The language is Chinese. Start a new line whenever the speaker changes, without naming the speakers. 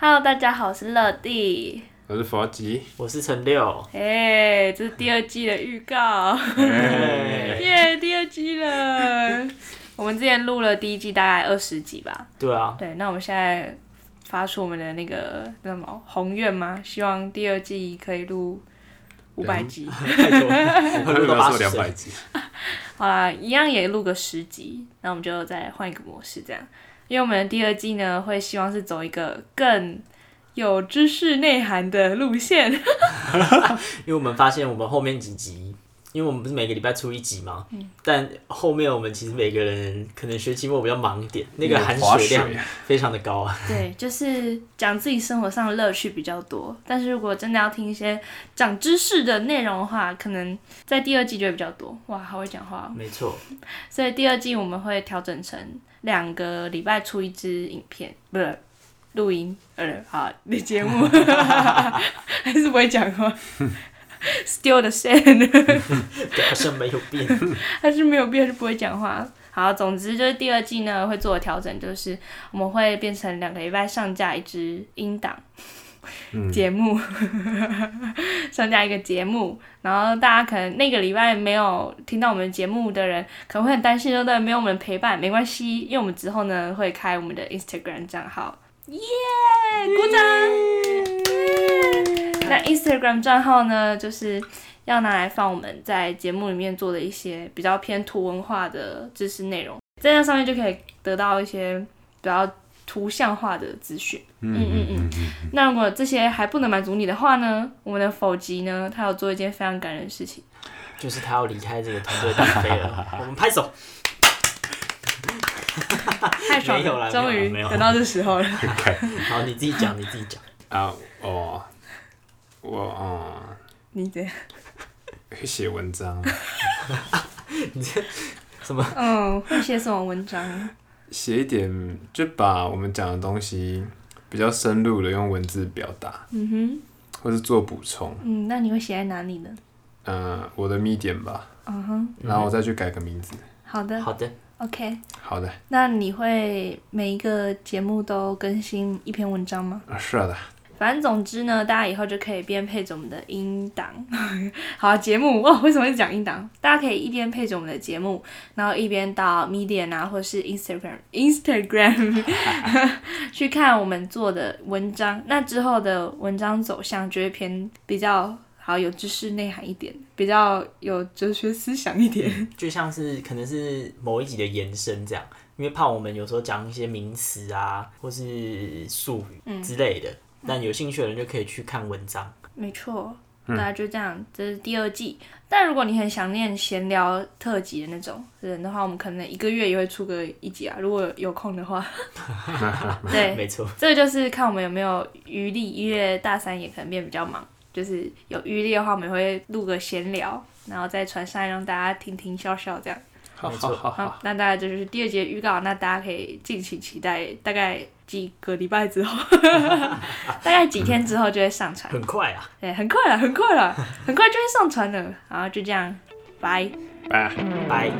Hello，大家好，我是乐蒂。
我是佛吉，
我是陈六，
哎、这是第二季的预 告，
哎
耶、第二季了。 我们之前录了第一季大概二十集吧，
对啊，
对，那我们现在发出我们的那个那什么宏愿吗？希望第二季可以录五百集，
太多了，
他
我
为
录
什
到
么要
八
说
十
两百
岁，
集？
好啦，一样也录个十集，那我们就再换一个模式这样，因为我们的第二季呢会希望是走一个更有知识内涵的路线。
因为我们发现我们后面几集，因为我们不是每个礼拜出一集嘛，但后面我们其实每个人可能学期末比较忙一点，那个含水量
有划
非常的高啊，
对，就是讲自己生活上的乐趣比较多，但是如果真的要听一些长知识的内容的话，可能在第二季就会比较多。哇，好会讲话、哦！
没错，
所以第二季我们会调整成两个礼拜出一支影片，不是录音，呃，好，那节目 还是不会讲话，still the same，
好像没有变，
还是没有变，是不会讲话。好，总之就是第二季呢会做的调整，就是我们会变成两个礼拜上架一支音档。
嗯，
节目， 上架一个节目，然后大家可能那个礼拜没有听到我们节目的人，可能会很担心，对不对？没有我们陪伴，没关系，因为我们之后呢会开我们的 Instagram 账号，耶、鼓掌！那 Instagram 账号呢，就是要拿来放我们在节目里面做的一些比较偏图文化的知识内容，在那上面就可以得到一些比较图像化的资讯。
嗯
嗯嗯那如果这些还不能满足你的话呢，我们的否极呢，他有做一件非常感人的事情，
就是他要离开这个团队单飞了，我们拍手，
太爽
没有
了，
啦
终于
没有啦
等到这时候了。
好，你自己讲，你自己讲，
啊，哦，我哦
你这样，
会写文章，
什么
嗯，会写什么文章？
写一点就把我们讲的东西比较深入的用文字表达，
嗯哼，
或是做补充。
嗯，那你会写在哪里呢？
嗯，我的 medium 吧，
嗯哼，
然后我再去改个名字。
好的
好的，
，OK。
好的，
那你会每一个节目都更新一篇文章吗？
啊是的，
反正总之呢，大家以后就可以边配着我们的音档， 好节目哦。为什么一直讲音档？大家可以一边配着我们的节目，然后一边到 Medium 啊，或是 Instagram Instagram 去看我们做的文章。那之后的文章走向就会偏比较好，有知识内涵一点，比较有哲学思想一点。
就像是可能是某一集的延伸这样，因为怕我们有时候讲一些名词啊，或是术语之类的，但有兴趣的人就可以去看文章。
没错，大家就这样，这是第二季。但如果你很想念闲聊特辑的那种人的话，我们可能一个月也会出个一集啊，如果有空的话。对，
没错，
这个就是看我们有没有余力，因为大三也可能变比较忙，就是有余力的话，我们也会录个闲聊，然后再传上来让大家听听笑笑这样。
好
没
好
错
好好，
好，那大概这就是第二节预告，那大家可以敬请期待，大概几个礼拜之后， 大概几天之后就会上传。
很快啊，
对，哎很快了，很快了，很快就会上传了。然后就这样，拜。
拜。
拜。